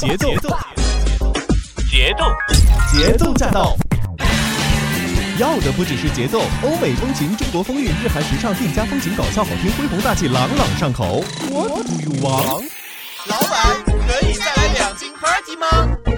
节奏，节奏，节奏驾到！要的不只是节奏，欧美风情、中国风韵、日韩时尚、定家风情、搞笑好听、恢弘大气、朗朗上口。我 h a 王，老板，可以再来两斤 party 吗？